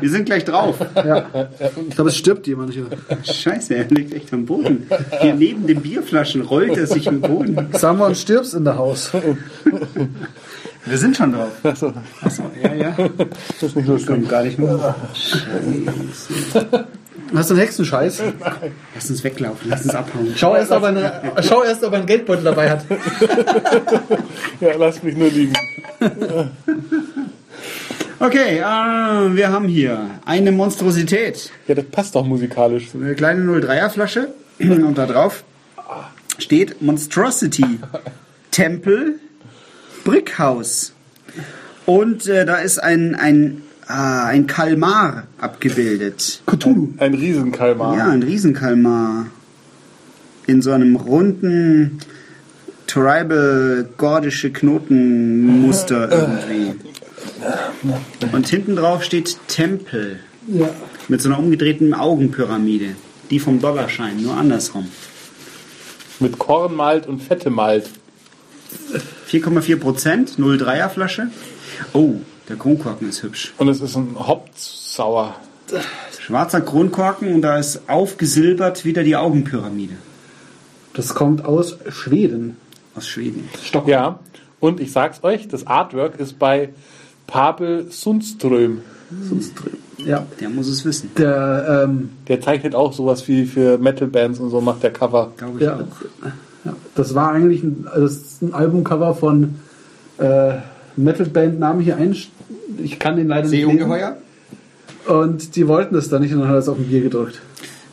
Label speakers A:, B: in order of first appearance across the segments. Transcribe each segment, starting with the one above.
A: Wir sind gleich drauf.
B: Ja. Ich glaube, es stirbt jemand hier.
A: Scheiße, er liegt echt am Boden. Hier neben den Bierflaschen rollt er sich im Boden.
B: Someone stirbt in der Haus.
A: Wir sind schon drauf. Achso, ja, ja.
C: Das ist nicht lustig.
A: Kommt gar nicht mehr.
B: Hast du einen Hexenscheiß?
A: Lass uns weglaufen, lass uns abhauen.
B: Schau erst, ob er, eine, schau erst, ob er einen Geldbeutel dabei hat.
C: Ja, lass mich nur liegen.
A: Okay, ah, wir haben hier eine Monstrosität.
C: Ja, das passt doch musikalisch.
A: Eine kleine 03er Flasche und da drauf steht Monstrosity Tempel Brickhaus. Und äh, da ist ein, ein, ah, ein Kalmar abgebildet.
B: Cthulhu.
C: Ein Riesenkalmar.
A: Ja, ein Riesenkalmar. In so einem runden tribal gordische
B: Äh.
A: Knotenmuster irgendwie. Und hinten drauf steht Tempel
B: Ja.
A: mit so einer umgedrehten Augenpyramide. Die vom Dollarschein, nur andersrum.
C: Mit Kornmalt und Fettemalt.
A: 4,4 Prozent, 0,3er Flasche. Oh, der Kronkorken ist hübsch.
C: Und es ist ein Hauptsauer.
A: Schwarzer Kronkorken und da ist aufgesilbert wieder die Augenpyramide
B: Das kommt aus Schweden.
A: aus Schweden.
C: Stock. Ja. Und ich sag's euch, das Artwork ist bei Pavel Sundström.
B: Ja.
A: Der muss es wissen,
B: Der, ähm,
C: Der zeichnet auch sowas wie für Metal-Bands und so, macht der Cover.
A: glaube ich
B: ja,
A: auch.
B: ja, das war eigentlich ein, also das ist ein Albumcover von äh, Metalband Namen hier ein. Ich kann den leider nicht lesen.
A: Seeungeheuer?
B: Und die wollten das dann nicht und dann hat er es auf ein Bier gedrückt.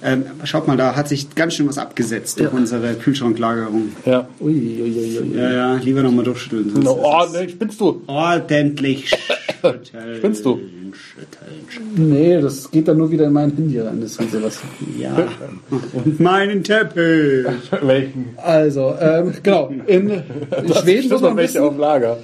A: Ähm, schaut mal, da hat sich ganz schön was abgesetzt durch
B: Ja.
A: unsere Kühlschranklagerung.
C: Ja.
B: Ui, ui, ui, ui.
A: Ja, ja, lieber nochmal durchschütteln. sonst
C: No, oh,
A: ist es
C: ne, spinnst du?
A: Ordentlich schütteln.
C: Spinnst du?
A: Schütteln,
B: Nee, das geht dann nur wieder in mein Handy rein, das ganze was.
A: schütteln. Ja. Und meinen Teppich.
C: Welchen?
B: Also, ähm, genau, in, in Schweden muss
C: Stimmt
B: man
C: noch welche
B: wissen,
C: auf Lager.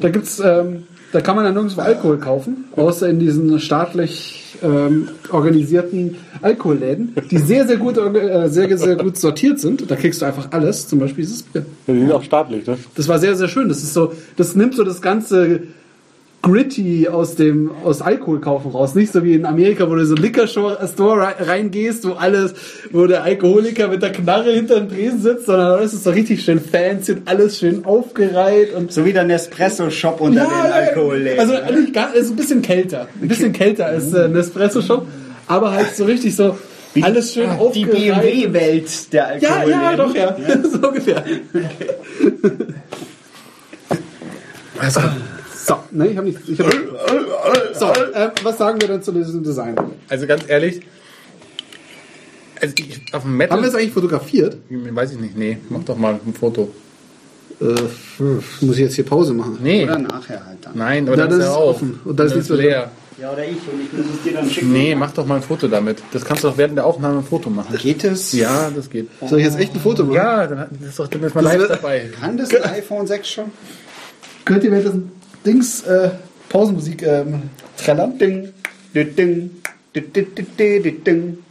B: da gibt's, ähm, da kann man ja nirgendwo Alkohol kaufen, außer in diesen staatlich ähm, organisierten Alkoholläden, die sehr, sehr gut, orga- äh, sehr, sehr gut sortiert sind. Da kriegst du einfach alles, zum Beispiel dieses Bier.
C: Ja, die sind auch staatlich, ne?
B: Das war sehr, sehr schön. Das ist so, das nimmt so das ganze Gritty aus dem aus Alkoholkaufen raus. Nicht so wie in Amerika, wo du in so einen Liquor-Store rei- reingehst, wo alles, wo der Alkoholiker mit der Knarre hinter dem Tresen sitzt, sondern das ist so richtig schön fancy und alles schön aufgereiht und
A: So wie der Nespresso-Shop unter den Alkoholläden.
B: also eigentlich gar, ist ein bisschen kälter, ein bisschen kälter als äh, Nespresso Shop, aber halt so richtig so alles schön
A: die
B: aufgereiht.
A: BMW-Welt der
B: ja,
A: Alkoholläden.
B: ja, doch ja, so ungefähr.
A: Also,
B: So, ne, ich habe nicht. Ich hab, so, äh, was sagen wir denn zu diesem Design? Haben
C: Also ganz ehrlich, also ich, auf dem Metal.
B: wir es eigentlich fotografiert?
C: Weiß ich nicht, nee, mach doch mal ein Foto.
B: Äh, muss ich jetzt hier Pause machen?
C: Nee,
A: Oder nachher halt dann.
C: nein, aber
B: Ja,
C: das, ist ja auch.
B: offen. Und da ist nichts mehr drin.
C: leer.
A: Ja, oder ich und ich muss es dir dann schicken.
C: Nee, mach doch mal ein Foto damit. Das kannst du doch während der Aufnahme ein Foto machen.
A: Geht es?
C: Ja, das geht.
B: Soll ich jetzt echt ein Foto machen?
C: Ja, dann hat- das ist doch dann ist man
B: Das
C: live
B: wird-
C: dabei.
A: Kann das ein iPhone 6 schon?
B: Könnt ihr mir das Dings äh, Pausenmusik ähm, trällern?
A: Ding, ding, ding, ding, ding, ding, ding, ding,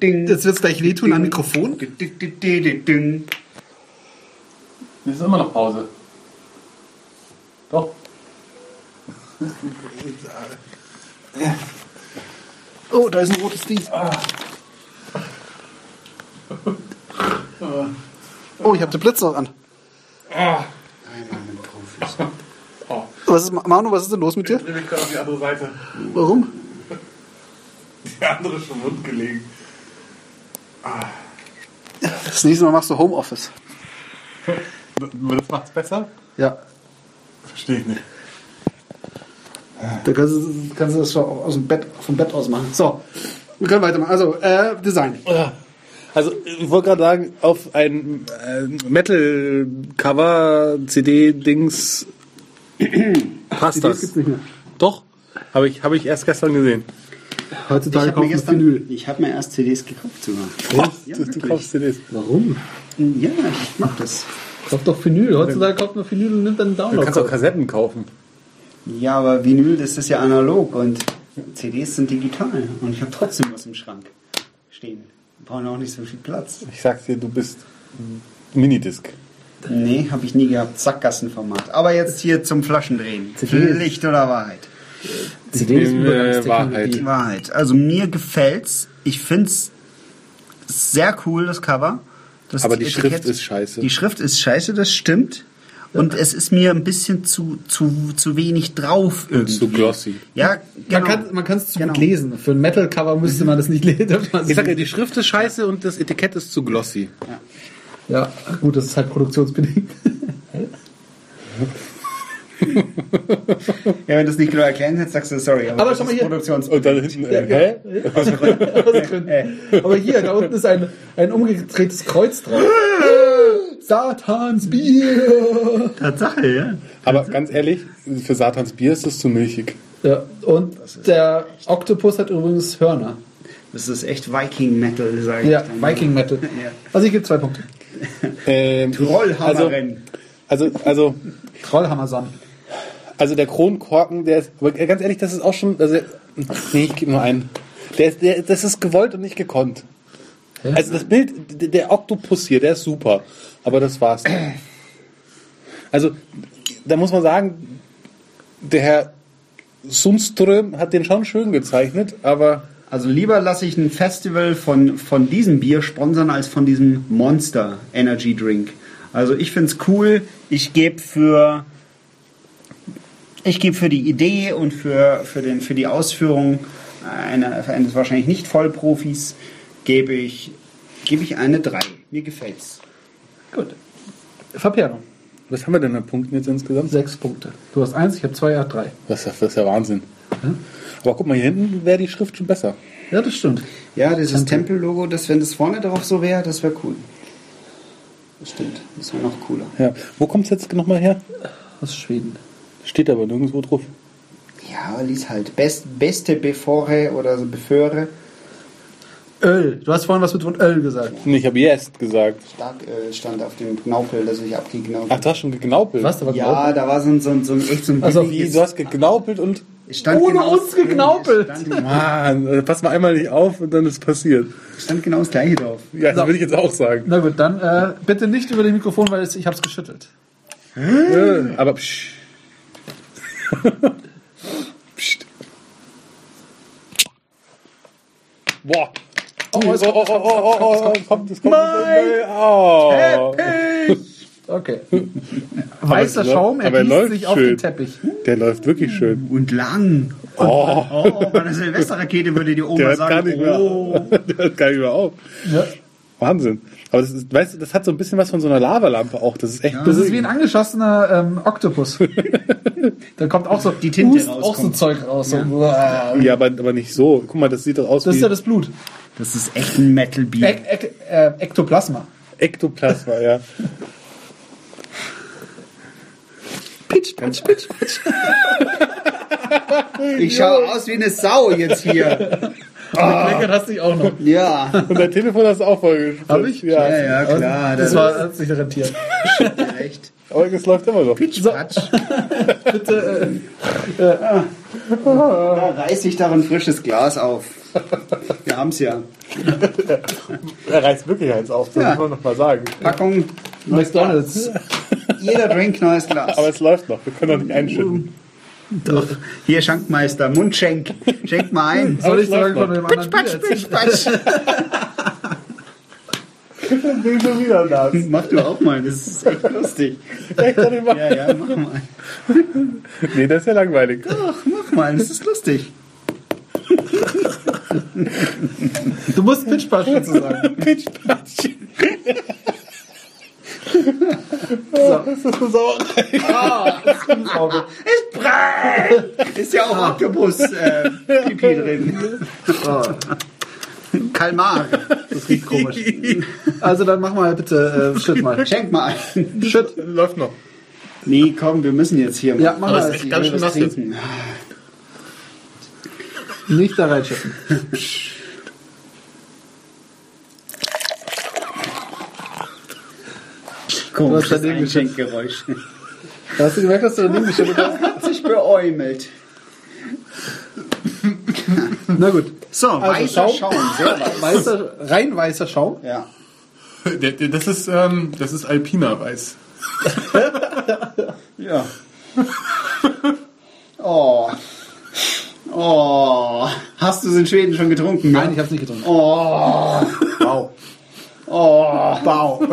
A: ding.
B: Jetzt wird es gleich wehtun am Mikrofon.
A: Ding, ding, ding, ding, ding, ding.
C: Das ist immer noch Pause. Doch.
B: Oh, da ist ein rotes Ding. Oh, ich habe den Blitz noch an. Ah.
A: Einmal mit Profis.
B: Was ist, Manu, was ist denn los mit dir?
C: Ich bin gerade auf die andere Seite.
B: Warum?
C: Die andere ist schon wund gelegen.
B: Das nächste Mal machst du Homeoffice.
C: Das macht's besser?
B: Ja.
C: Verstehe ich nicht.
B: Da kannst du, kannst du das schon aus dem Bett, vom Bett aus machen. So, wir können weitermachen. Also, äh, Design.
C: Also, ich wollte gerade sagen, auf ein äh, Metal-Cover-CD-Dings passt
B: CDs
C: das.
B: gibt's nicht mehr.
C: Doch, habe ich, hab ich erst gestern gesehen.
A: Ich
B: Heutzutage
A: habe mir
B: kauft man
A: gestern,
B: Vinyl.
A: ich habe mir erst CDs gekauft sogar. Ja,
C: du, du
A: wirklich.
C: kaufst CDs.
B: Warum?
A: Ja, ich mach das.
B: Kauft doch Vinyl. Heutzutage kauft man Vinyl und nimmt dann einen
C: Du kannst auch
B: Download.
C: Kassetten kaufen.
A: Ja, aber Vinyl, das ist ja analog und CDs sind digital. Und ich habe trotzdem was im Schrank stehen. Wir brauchen auch nicht so viel Platz.
C: Ich sag's dir, du bist Minidisc.
A: Nee, habe ich nie gehabt. Sackgassenformat. Aber jetzt hier zum Flaschendrehen.
B: CDs.
A: Pflicht oder Wahrheit?
B: CD ist
C: bin, äh,
B: Übergangstechnologie.
C: Wahrheit.
A: Wahrheit. Also mir gefällt's. Ich find's sehr cool, das Cover. Das
C: Aber die Schrift
A: Etikett-
C: ist scheiße.
A: Die Schrift ist scheiße, das stimmt. Und es ist mir ein bisschen zu, zu, zu wenig drauf irgendwie.
C: zu glossy.
A: Ja, genau.
B: Man kann es zu
A: Genau.
B: gut lesen. Für ein Metal-Cover müsste man das nicht lesen. dürfte man
C: Ich
B: so-
C: sag ja, die Schrift ist scheiße und das Etikett ist zu glossy.
B: Ja, gut, das ist halt produktionsbedingt.
A: Ja, wenn du es nicht genau erklären kannst, sagst du sorry.
B: Aber
A: das
B: schau mal
A: ist
B: hier.
A: Produktions
C: Und dann hinten, äh, hä?
B: Aber hier, da unten ist ein, ein umgedrehtes Kreuz drauf. Satans Bier!
A: Tatsache, ja.
C: Aber ganz ehrlich, für Satans Bier ist es zu milchig.
B: Ja, und der Oktopus hat übrigens Hörner.
A: Das ist echt Viking Metal, sage
B: Ja,
A: ich. dann.
B: Viking Metal. Also ich gebe zwei Punkte.
C: Ähm,
A: Trollhammerin.
C: Also, also, also,
B: Trollhammerson.
C: also der Kronkorken, der ist, aber ganz ehrlich, das ist auch schon, also, nee, ich gebe nur einen. Der ist, der, das ist gewollt und nicht gekonnt. Also das Bild, d- der Oktopus hier, der ist super. Aber das war's. Also, da muss man sagen, der Herr Sundström hat den schon schön gezeichnet, aber
A: Also lieber lasse ich ein Festival von, von diesem Bier sponsern als von diesem Monster Energy Drink. Also ich finde es cool. Ich gebe für ich gebe für die Idee und für, für, den, für die Ausführung einer, eines wahrscheinlich nicht Vollprofis gebe ich, gebe ich eine 3. Mir gefällt's.
B: Gut. Verperrung.
C: was haben wir denn an Punkten jetzt insgesamt?
B: Sechs Punkte. Du hast eins, ich habe zwei, er hat drei.
C: Das ist ja, das ist ja Wahnsinn. Aber guck mal, hier hinten wäre die Schrift schon besser.
B: Ja, das stimmt.
A: Ja, dieses Tempel-Logo, das, wenn das vorne drauf so wäre, das wäre cool. Das stimmt. Das wäre noch cooler.
C: Ja. Wo kommt es jetzt nochmal her?
B: Aus Schweden.
C: Steht aber nirgendwo drauf.
A: Ja, lies halt. Best, beste Before oder so Beföre.
B: Öl. Du hast vorhin was mit von Öl gesagt.
C: Nee, ich habe jetzt gesagt.
A: Stark äh, stand auf dem Knaupel, dass ich abgeknaupelt.
C: Ach, du hast schon gegnaupelt.
B: Was? Da war
A: ja, da war so ein, so ein, so ein echt so ein
B: Also,
C: Wie,
A: billiges-
C: du hast gegnaupelt und.
A: Es stand
B: Ohne
A: genau
B: uns
A: das Gleiche.
B: geknaupelt.
A: Es Stand,
C: Mann, äh, pass mal einmal nicht auf und dann ist passiert.
A: es stand genau das gleiche drauf.
C: Ja, das würde ich jetzt auch sagen.
B: Na gut, dann äh, bitte nicht über das Mikrofon, weil es, ich habe es geschüttelt.
C: Äh, aber psch. Psst. Boah. Oh, oh, oh, oh, oh, oh, es kommt, es kommt.
B: Mein
C: Oh.
B: Okay. Weißer
C: Aber es läuft-
B: Schaum
C: aber er
B: ergießt
C: läuft
B: sich auf
C: schön.
B: den Teppich.
C: Der läuft wirklich schön.
A: Und lang.
C: Oh.
A: Oh, bei einer Silvesterrakete würde die
C: Der
A: Oma
C: hört gar
A: sagen,
C: nicht mehr
A: oh.
C: auf. Der hört gar nicht mehr auf.
B: Ja.
C: Wahnsinn. Aber das ist, weißt du, das hat so ein bisschen was von so einer Lavalampe auch. Das ist echt.
B: Das ist wie ein angeschossener ähm, Oktopus. da kommt auch so die
A: Tinte
B: auch so
A: rauskommt.
B: Zeug raus. So. Uah.
C: Ja, aber, aber nicht so. Guck mal, das sieht doch aus
B: Das
C: wie
B: ist ja das Blut.
A: Das ist echt ein Metal-Bier.
B: Ek Ek äh, Ektoplasma.
C: Ektoplasma, ja.
B: Pitsch, pitsch, pitsch, pitsch.
A: Ich schaue aus wie eine Sau jetzt hier.
C: Ah.
B: Lecker, hast dich auch noch.
A: Ja.
C: Und dein Telefon hast du auch voll gespritzt.
B: Hab ich?
C: Ja.
A: Ja, ja, klar.
B: Das war hat sich rentiert.
A: echt.
C: Aber es läuft immer noch.
A: Pitsch, Patsch. Da reiß ich doch ein frisches Glas auf. Wir haben's ja.
C: Er reißt wirklich eins auf, das
A: Ja.
C: muss man nochmal sagen.
A: Packung,
B: McDonalds.
A: jeder Drink, neues Glas.
C: Aber es läuft noch, wir können doch nicht einschütten.
A: Doch. Hier, Schankmeister, Mundschenk. Schenk mal ein.
B: Soll ich
C: es
B: sagen,
C: läuft
B: von
C: noch.
B: dem anderen Bier erzählen?
A: patsch.
C: Bin schon wieder da.
A: Mach du auch mal, das ist echt lustig.
C: Echt, soll ich machen?
A: Ja, ja, mach mal.
C: Nee, das ist ja langweilig.
A: Doch, mach mal, das ist lustig.
B: Du musst Pitschpasch dazu sagen.
C: Pitchpatsch. Das ist eine Sauerei.
A: Ist brei! Ist ja auch Oktopus äh, Pipi drin. Ah. Kalmar.
B: Das riecht komisch. Also dann mach mal bitte äh, Schritt mal.
A: Schenk mal ein.
B: Schritt.
C: Läuft noch.
A: Nee, komm, wir müssen jetzt hier
B: Ja, mach mal.
A: Ich will was trinken.
B: Nicht da reinschütten.
A: Komisches
B: hast daneben
A: Einschenkgeräusch.
B: Hast du gemerkt, dass du daneben geschüttelt hast?
A: Hat sich beäumelt.
B: Na gut.
A: So, weißer
B: Schaum.
A: Schaum, sehr weiß.
B: Weißer, rein weißer Schaum.
A: Ja.
D: Der- der- Das ist, ähm, das ist Alpina Weiß.
A: Ja. Oh. Oh, hast du es in Schweden schon getrunken? ne?
B: Nein, ich habe es nicht getrunken.
A: Oh,
E: Wow.
A: oh.
B: Wow.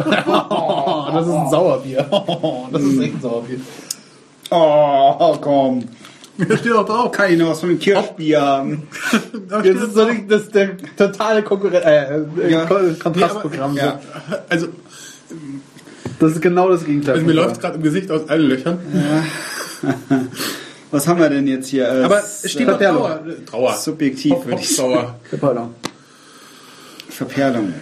B: das ist ein Sauerbier. Das ist echt ein Sauerbier.
A: Oh, komm.
C: Da steht auch drauf.
A: Kann ich noch was von dem Kirschbier haben?
B: Das
C: Da steht
B: ist so nicht, das ist der totale Konkurrenz, äh,
A: Ja.
B: ja. Kontrastprogramm.
A: Ja.
C: Also,
B: Das ist genau das Gegenteil.
C: also mir läuft gerade im Gesicht aus allen Löchern.
A: Was haben wir denn jetzt hier? Äh,
C: Aber
A: S-
C: es steht doch
B: Verperlung.
C: Trauer. Trauer.
A: Subjektiv,
C: Pop-
A: würde ich
C: Popsauer.
B: Verperlung.
A: Verperlung.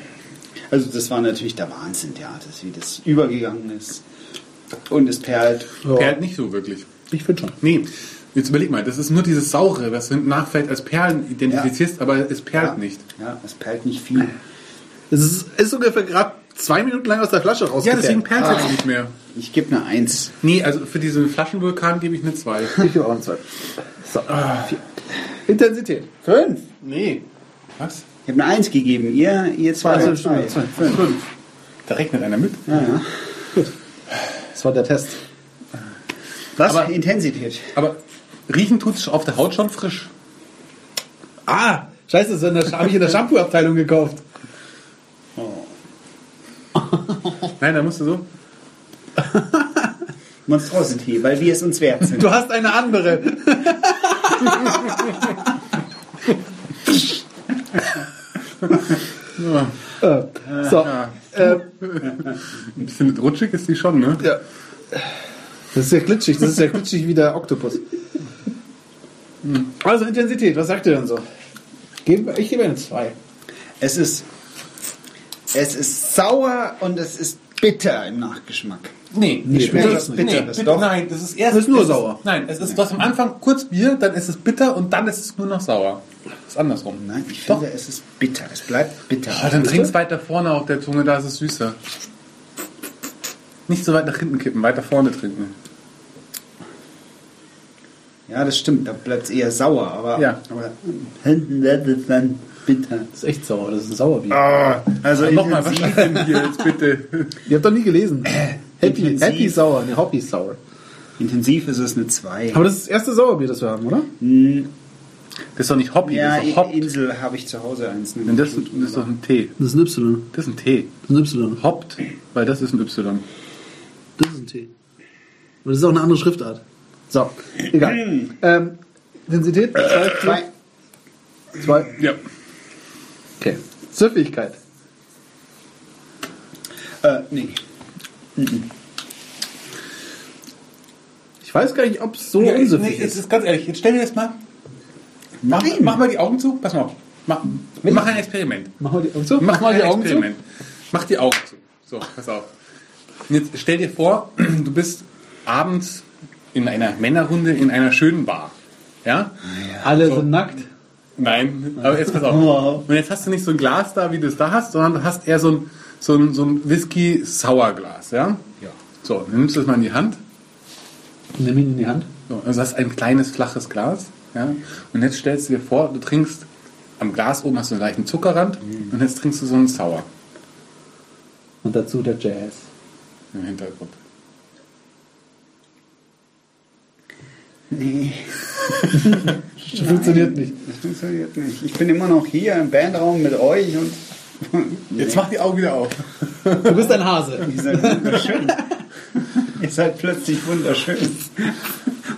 A: Also das war natürlich der Wahnsinn, ja, das, wie das übergegangen ist. Und es perlt.
B: Ja.
C: Perlt nicht so wirklich.
B: Ich finde schon.
C: Nee, jetzt überleg mal, das ist nur dieses Saure, was du hinten nachfällt als Perlen identifizierst, aber es perlt
A: ja.
C: nicht.
A: Ja, es perlt nicht viel.
B: Es ist, ist ungefähr gerade zwei Minuten lang aus der Flasche rausgekommen.
C: Ja, deswegen perlt es jetzt nicht mehr.
A: Ich gebe eine Eins.
C: Ah. Nee, also für diesen Flaschenvulkan gebe ich eine 2.
B: Ich gebe auch einen zwei. So, vier. Intensität.
A: Fünf.
C: nee. Was?
A: Ich habe eine Eins gegeben. Ihr, ihr zwei.
B: Also,
A: zwei.
B: Entschuldigung, zwei.
A: Fünf.
C: Da rechnet einer mit.
A: Ja, ja.
B: Das war der Test.
A: Was?
C: Aber-
A: Intensität.
C: Aber riechen tut es auf der Haut schon frisch.
B: Ah, scheiße, das habe ich in der Shampoo-Abteilung gekauft.
C: Nein, da musst du so.
A: Monstrosity, weil wir es uns wert sind.
B: Du hast eine andere. Äh, so. Äh,
C: Ein bisschen rutschig ist die schon, ne?
B: ja. Das ist ja glitschig, das ist ja glitschig wie der Oktopus. Also Intensität, was sagt ihr denn so? Gebe- Ich gebe eine 2.
A: Es ist, es ist sauer und es ist bitter im Nachgeschmack.
C: Nee,
B: Nee,
C: ich will
A: bitter
C: das
A: ist
C: bitter.
A: bitter,
C: Nee,
A: das
C: bitter
A: doch.
C: Nein, das ist erst.
B: Das ist nur
C: es
B: sauer.
C: nein, es ist, du hast am Anfang kurz Bier, dann ist es bitter und dann ist es nur noch sauer. Das ist andersrum.
A: Nein, ich
C: Doch.
A: finde, es ist bitter. Es bleibt bitter.
C: Ah, dann trinkst weiter vorne auf der Zunge, da ist es süßer. Nicht so weit nach hinten kippen, weiter vorne trinken.
A: Ja, das stimmt. Da bleibt es eher sauer, aber,
C: Ja.
A: aber hinten wird es dann bitter.
B: Das ist echt sauer, das ist ein Sauerbier.
C: Ah,
A: Also
C: Nochmal, was steht denn hier jetzt bitte?
B: Ihr habt doch nie gelesen. Happy,
A: Intensiv.
B: Happy Sauer, ne, Hoppy Sauer.
A: intensiv ist es eine 2.
B: Aber das ist das erste Sauerbier, das wir haben, oder?
C: Das ist doch nicht Hobby,
A: Ja,
C: das ist
A: I-
C: doch Hop.
A: Insel habe ich zu Hause eins.
C: Denn das, das ist doch ein T.
B: Das ist ein Y.
C: Das ist ein T.
B: Das ist ein Y.
C: Hoppt, weil das ist ein Y.
B: Das ist ein T. Aber das ist auch eine andere Schriftart. So, egal. ähm, Intensität? Zwei.
A: Zwei.
B: Vier, zwei.
C: Äh, Ja.
B: Okay. Süffigkeit.
A: Äh, nee.
B: Ich weiß gar nicht, ob es so
C: nee,
B: unsüffig
C: jetzt
B: ist.
C: ist ganz ehrlich, jetzt stell dir das mal. Mach,
A: Nein.
C: mach mal die Augen zu. Pass mal auf. Mach, mach ein Experiment.
B: Mach mal die Augen zu.
C: Mach mal die Augen
B: zu.
C: zu. Mach die Augen zu. So, pass auf. Und Jetzt stell dir vor, du bist abends in einer Männerrunde in einer schönen Bar. Ja?
B: Alle sind nackt.
C: Nein, aber jetzt pass auf. Und jetzt hast du nicht so ein Glas da, wie du es da hast, sondern du hast eher so ein, so ein, so ein Whisky-Sauerglas. Ja?
A: Ja.
C: So, dann nimmst du das mal in die Hand.
B: Nimm ihn in die Hand.
C: So, also hast ein kleines, flaches Glas. Ja? Und jetzt stellst du dir vor, du trinkst am Glas oben hast du einen leichten Zuckerrand und jetzt trinkst du so einen Sauer
B: Und dazu der Jazz.
C: im Hintergrund.
A: Nee.
B: Das funktioniert nicht.
A: Das funktioniert nicht. Ich bin immer noch hier im Bandraum mit euch und
C: Jetzt mach die Augen wieder auf.
B: Du bist ein Hase.
A: ihr seid wunderschön. ihr seid plötzlich wunderschön.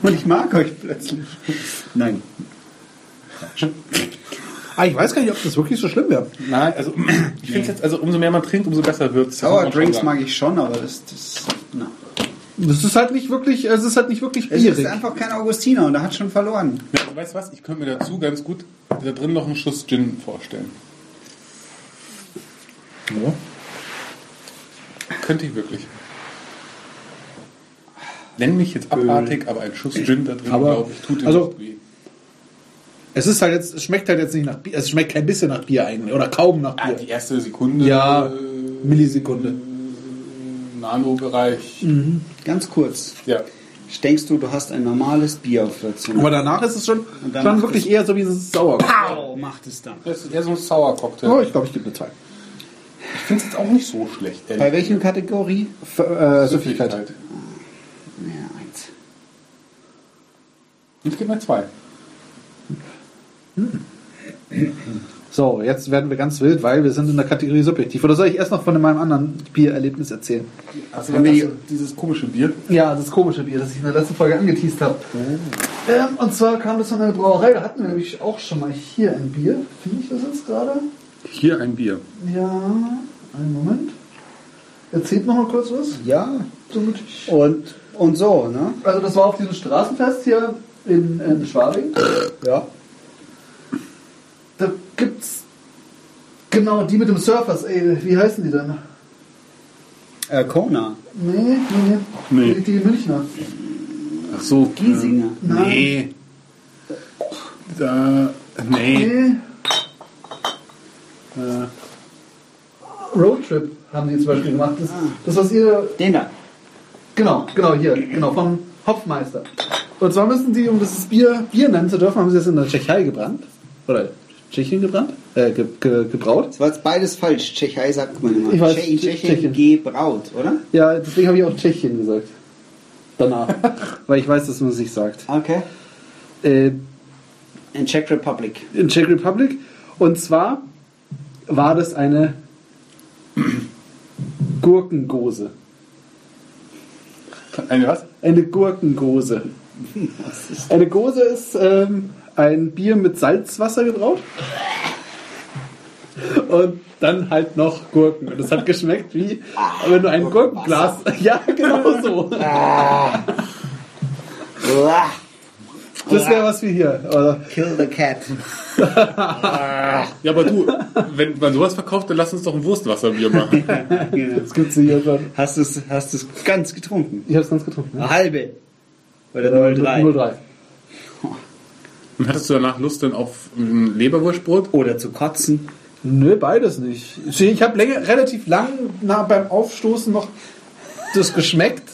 A: Und ich mag euch plötzlich. Nein.
B: Ah, ich weiß gar nicht, ob das wirklich so schlimm wäre.
C: Nein, also ich finde jetzt, also umso mehr man trinkt, umso besser wird es.
A: Sour Drinks mag ich schon, aber das, das, na.
B: Das ist halt nicht wirklich, es ist halt nicht wirklich
A: Es ist
B: bierig.
A: einfach kein Augustiner und er hat schon verloren.
C: Ja, aber weißt du was, ich könnte mir dazu ganz gut da drin noch einen Schuss Gin vorstellen. Ja. Könnte ich wirklich. Nenn mich jetzt abartig, aber ein Schuss Gin da drin,
B: Aber-
C: glaube ich, tut ihm
B: also-
C: nicht weh.
B: Es ist halt jetzt, es schmeckt halt jetzt nicht nach Bier. Es schmeckt kein bisschen nach Bier eigentlich. Oder kaum nach
C: Ah,
B: Bier.
C: die erste Sekunde,
B: Ja,
C: äh,
B: Millisekunde.
C: Nanobereich.
B: Mhm.
A: Ganz kurz.
C: Ja.
A: Denkst du, du hast ein normales Bier auf der Zunge?
B: Aber danach ist es schon,
A: Und danach
B: schon wirklich eher so wie dieses Sauer.
A: Au, macht es dann.
C: Das ist eher so ein Sauercocktail.
B: Oh, ich glaube, ich gebe eine 2.
C: Ich finde es jetzt auch nicht so schlecht, ehrlich.
A: Bei welchen Kategorie?
B: Äh, Süffigkeit.
A: Ja, eins.
C: Ich gebe mal zwei.
B: So, jetzt werden wir ganz wild, weil wir sind in der Kategorie subjektiv. Oder soll ich erst noch von meinem anderen Biererlebnis erzählen?
C: Also, haben wir dieses komische Bier.
B: Ja, das komische Bier, das ich in der letzten Folge angeteased habe. Ähm, und zwar kam das von einer Brauerei, da hatten wir nämlich auch schon mal hier ein Bier. Finde ich das jetzt gerade?
C: Hier ein Bier.
B: Ja, einen Moment. Erzählt noch mal kurz was.
A: Ja.
B: Damit ich
A: Und, und so, ne?
B: also das war auf diesem Straßenfest hier in, in Schwabing.
A: Ja.
B: Da gibt's genau die mit dem Surfers, ey, wie heißen die denn?
A: Äh, Kona.
B: Nee, nee,
C: Nee.
B: nee. Die, die Münchner.
C: Ach so.
A: Giesinger.
C: Nein. Ähm, Nee. Da. Nee.
B: Nee. Äh, Roadtrip haben die zum Beispiel gemacht. Das, das was ihr
A: Den da.
B: Genau, genau, hier, genau, vom Hopfmeister. Und zwar müssen sie, um das Bier, Bier nennen zu dürfen, haben sie es in der Tschechei gebrannt. Oder Tschechien gebrannt? Äh, ge, ge, gebraut.
A: Das war jetzt beides falsch. Tschechei sagt man immer.
B: Ich weiß,
A: Tschechien, Tschechien,
B: Tschechien.
A: gebraut, oder?
B: Ja, deswegen habe ich auch Tschechien gesagt. Danach. Weil ich weiß, dass man es nicht sagt.
A: Okay.
B: Äh,
A: In Czech Republic.
B: in Czech Republic. Und zwar war das eine Gurkengose.
C: Eine was?
B: Eine Gurkengose.
A: Das ist
B: Eine Gose ist ähm, ein Bier mit Salzwasser gebraut. Und dann halt noch Gurken. Und es hat geschmeckt wie,
A: Ah,
B: wenn du ein Gurkenglas. Ja, genau so.
A: Ah. Uah,
B: Das wäre was wie hier. Oder?
A: Kill the cat.
C: Ja, aber du, wenn man sowas verkauft, dann lass uns doch ein Wurstwasserbier machen.
B: Das gibt's hier schon.
A: Hast du es hast du's ganz getrunken?
B: Ich hab's ganz getrunken. Ne?
A: Eine halbe. Oder 0,3.
B: 03.
C: Und hattest du danach Lust dann auf ein Leberwurstbrot?
A: Oder zu kotzen.
B: Nö, beides nicht. Ich habe relativ lang nach, beim Aufstoßen noch das geschmeckt.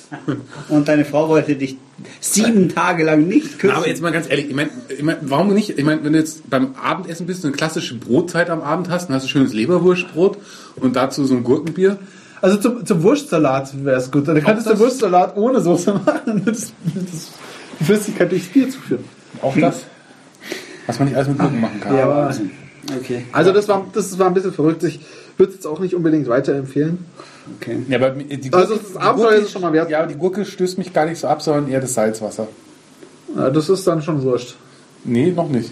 A: Und deine Frau wollte dich sieben Tage lang nicht küssen.
C: Na, aber jetzt mal ganz ehrlich, ich meine, ich mein, warum nicht? Ich meine, wenn du jetzt beim Abendessen bist, so eine klassische Brotzeit am Abend hast, dann hast du schönes Leberwurstbrot und dazu so ein Gurkenbier.
B: Also zum, zum Wurstsalat wäre es gut. Da kannst du
C: das-
B: Wurstsalat ohne Soße machen. Das, das, die Flüssigkeit durchs Bier zuführen.
C: Auch das, was man nicht alles mit Gurken machen kann.
B: aber-
A: okay.
B: Also das war, das war ein bisschen verrückt. Ich würde es jetzt auch nicht unbedingt weiterempfehlen.
A: okay.
C: Ja, aber die
B: Also das Abenteuer ist es schon mal wert.
C: Ja, aber die Gurke stößt mich gar nicht so ab, sondern eher das Salzwasser.
B: Ja, das ist dann schon wurscht.
C: Nee, noch nicht.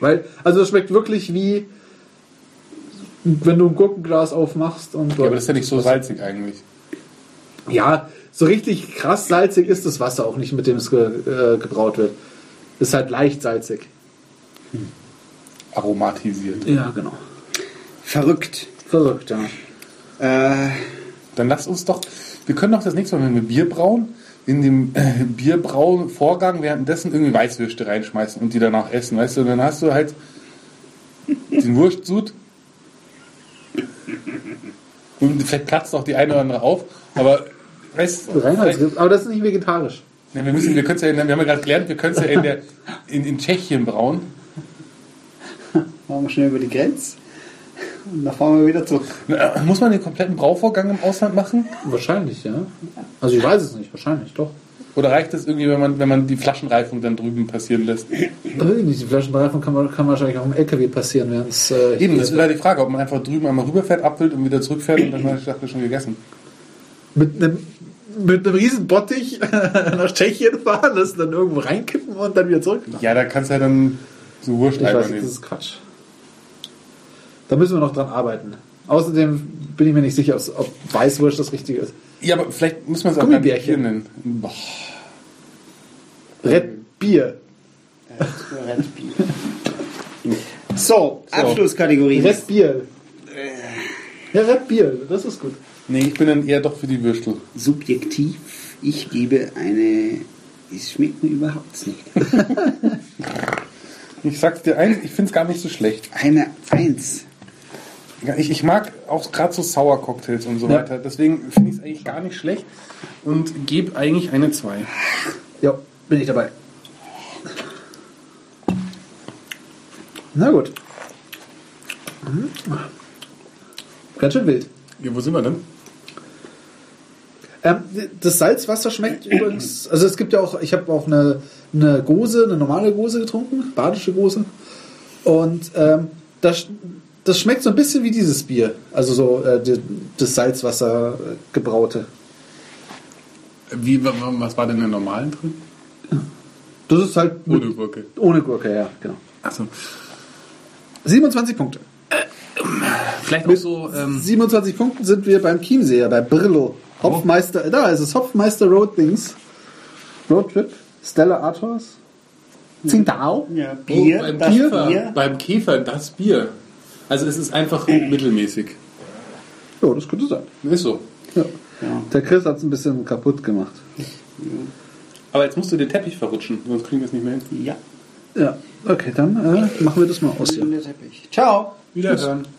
B: Weil, also es schmeckt wirklich wie wenn du ein Gurkenglas aufmachst und
C: Ja, aber das ist ja nicht so salzig eigentlich.
B: Ja, so richtig krass salzig ist das Wasser auch nicht, mit dem es ge, äh, gebraut wird. Ist halt leicht salzig.
C: Aromatisiert.
B: Ja, genau.
A: Verrückt.
B: Verrückt, ja.
A: Äh,
C: Dann lass uns doch, wir können doch das nächste Mal, wenn wir Bier brauen, in dem äh, Bierbrauen-Vorgang währenddessen irgendwie Weißwürste reinschmeißen und die danach essen, weißt du? Und dann hast du halt den Wurstsud und vielleicht platzt auch die eine oder andere auf, aber weißt du, vielleicht-
B: Reinheitsripp, aber das ist nicht vegetarisch.
C: Ne, wir, müssen, wir, können's ja in, wir haben ja gerade gelernt, wir können es ja in, der, in, in Tschechien brauen.
A: machen wir schnell über die Grenze. Und dann fahren wir wieder zurück.
C: Na, Muss man den kompletten Brauvorgang im Ausland machen?
B: Wahrscheinlich, ja. Also ich weiß es nicht, wahrscheinlich, doch.
C: Oder reicht es irgendwie, wenn man, wenn man die Flaschenreifung dann drüben passieren lässt?
B: Die Flaschenreifen kann, man- kann wahrscheinlich auch im LKW passieren, während es. Äh,
C: Eben, das ist wieder die Frage, ob man einfach drüben einmal rüberfährt, abfüllt und wieder zurückfährt und dann hat die Sache schon gegessen.
B: mit einem mit einem riesen Bottich nach Tschechien fahren, das dann irgendwo reinkippen und dann wieder zurück.
C: Ja, da kannst du ja dann so Wurst
B: Ich weiß,
C: einfach
B: das
C: nehmen.
B: ist Quatsch. Da müssen wir noch dran arbeiten. Außerdem bin ich mir nicht sicher, ob's- ob Weißwurst das Richtige ist.
C: Ja, aber vielleicht müssen wir es auch gar nicht hier
B: Gummibärchen.
C: nennen. Boah.
B: Red Bier.
A: So, Abschlusskategorie.
B: Red Bier. Ja, Red Bier, das ist gut.
C: Nee, ich bin dann eher doch für die Würstel.
A: Subjektiv. Ich gebe eine. Es schmeckt mir überhaupt nicht.
C: Ich sag's dir eins, ich find's gar nicht so schlecht.
A: Eine Eins.
C: Ich, ich mag auch gerade so Sauer-Cocktails und so
B: Ja.
C: weiter. Deswegen finde ich es eigentlich gar nicht schlecht und gebe eigentlich eine 2.
B: Ja, bin ich dabei. Na gut. Mhm. Ganz schön wild.
C: Ja, wo sind wir denn?
B: Ähm, das Salzwasser schmeckt übrigens. Also es gibt ja auch, ich habe auch eine, eine Gose, eine normale Gose getrunken, badische Gose. Und ähm, das, sch- das schmeckt so ein bisschen wie dieses Bier. Also so äh, die, das Salzwasser äh, gebraute.
C: Wie, wa- wa- was war denn der normalen drin?
B: Das ist halt mit,
C: Ohne Gurke.
B: ohne Gurke, ja, genau.
C: Achso.
B: 27 Punkte.
C: Vielleicht auch so. Ähm,
B: 27 Punkten sind wir beim Chiemseer, bei Brillo. Hopfmeister, da ist es, Hopfmeister Road Dings. Road Trip, Stella Artois. Tsingtao.
A: Ja,
C: oh,
A: Bier,
C: beim,
A: das
C: Käfer,
A: Bier.
C: beim Käfer das Bier. Also es ist einfach mittelmäßig.
B: Ja, das könnte sein.
C: Ist so.
B: Ja. Der Chris hat es ein bisschen kaputt gemacht.
C: Aber jetzt musst du den Teppich verrutschen, sonst kriegen wir es nicht mehr hin.
A: Ja,
B: Ja, okay, dann äh, machen wir das mal aus hier.
A: der Teppich. Ciao.
C: Wiederhören.